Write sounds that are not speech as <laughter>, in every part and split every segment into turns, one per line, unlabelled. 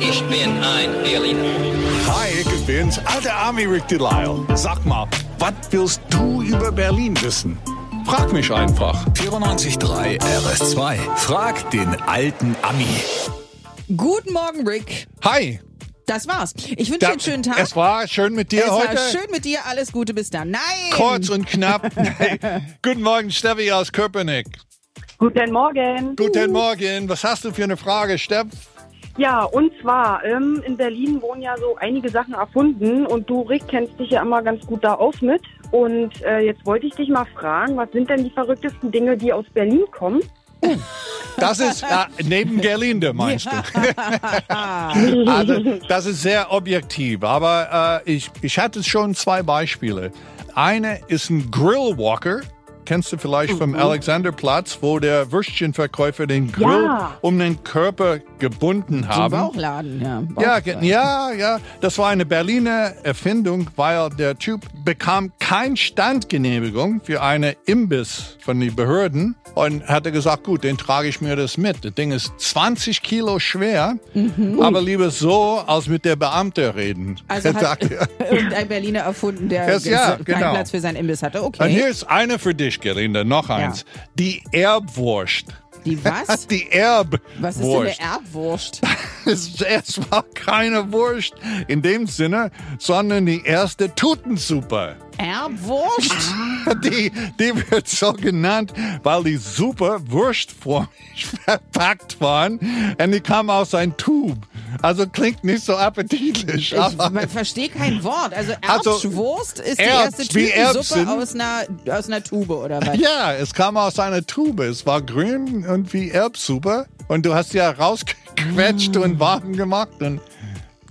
Ich bin ein Berliner.
Hi, ich bin's, alter Army Rick Delisle. Sag mal, was willst du über Berlin wissen? Frag mich einfach.
94.3 RS2. Frag den alten Ami.
Guten Morgen, Rick.
Hi.
Das war's. Ich wünsche dir
da-
einen schönen Tag.
Es war schön mit dir
Es
heute.
war schön mit dir. Alles Gute. Bis dann. Nein.
Kurz und knapp. <laughs> Nee. Guten Morgen, Steffi aus Köpenick.
Guten Morgen.
Guten Morgen. Was hast du für eine Frage, Steff?
Ja, und zwar, ähm, in Berlin wurden ja so einige Sachen erfunden und du, Rick, kennst dich ja immer ganz gut da aus mit. Und äh, jetzt wollte ich dich mal fragen, was sind denn die verrücktesten Dinge, die aus Berlin kommen?
Das ist äh, neben Gerlinde, meinst du? <laughs> also, das ist sehr objektiv, aber äh, ich, ich hatte schon zwei Beispiele. Eine ist ein Grillwalker. Kennst du vielleicht vom Alexanderplatz, wo der Würstchenverkäufer den Grill
Ja.
um den Körper gebunden
Zum
haben?
Bauchladen. Ja,
<laughs> Ja,
Bauchladen.
ge- ja, ja. Das war eine Berliner Erfindung, weil der Typ bekam keine Standgenehmigung für eine Imbiss von den Behörden und hatte gesagt, gut, den trage ich mir das mit. Das Ding ist 20 Kilo schwer, aber lieber so, als mit der Beamte reden.
Also hat
Sagt er.
<laughs> irgendein Berliner erfunden, der
Das- ja,
keinen
genau.
Platz für seinen Imbiss hatte.
Und hier
Okay.
ist eine für dich, Gerlinde, noch eins. Die Erbwurst.
Die
<laughs>
was?
Die Erbwurst.
Was ist denn eine Erbwurst?
<laughs> Es, es war keine Wurst in dem Sinne, sondern die erste Tutensuppe.
Erbwurst?
<laughs> Die, die wird so genannt, weil die Suppe wurstförmig <laughs> verpackt waren und die kam aus einem Tube. Also klingt nicht so appetitlich.
Ich
aber-
man verstehe kein Wort. Also
Also,
Erbschwurst ist die
Erbs,
erste
wie Erbsen.
Tütensuppe aus einer, aus einer Tube oder
<laughs>
was?
ja, es kam aus einer Tube. Es war grün und wie Erbsuppe. Und du hast ja rausgequetscht
Mm.
und warm gemacht. Und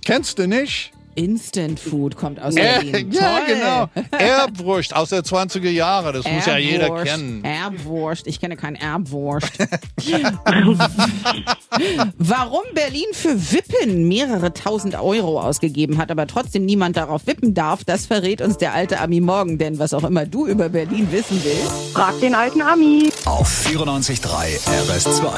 kennst du nicht?
Instant Food kommt aus
Äh,
Berlin.
ja,
Toll. <laughs>
genau. Erbwurst aus der 20er Jahre. Das muss ja jeder
Erbwurst,
kennen.
Erbwurst, ich kenne
<laughs>
kein Erbwurst. Warum Berlin für Wippen mehrere tausend Euro ausgegeben hat, aber trotzdem niemand darauf wippen darf, das verrät uns der alte Ami morgen. Denn was auch immer du über Berlin wissen willst.
Frag den alten Ami.
Auf 94.3 RS2.